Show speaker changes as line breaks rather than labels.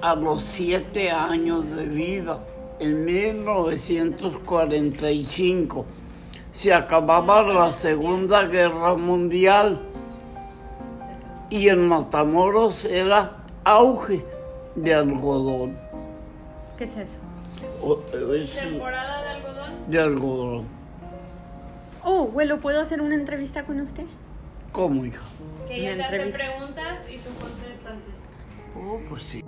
a los siete años de vida. En 1945 se acababa la Segunda Guerra Mundial y en Matamoros era auge de algodón.
¿Qué es eso?
O- es
¿Temporada de algodón?
de algodón.
Oh, abuelo, ¿puedo hacer una entrevista con usted?
¿Cómo, hija?
Que ella
Una
te hace
entrevista.
preguntas y tú contestas.
Oh, pues sí.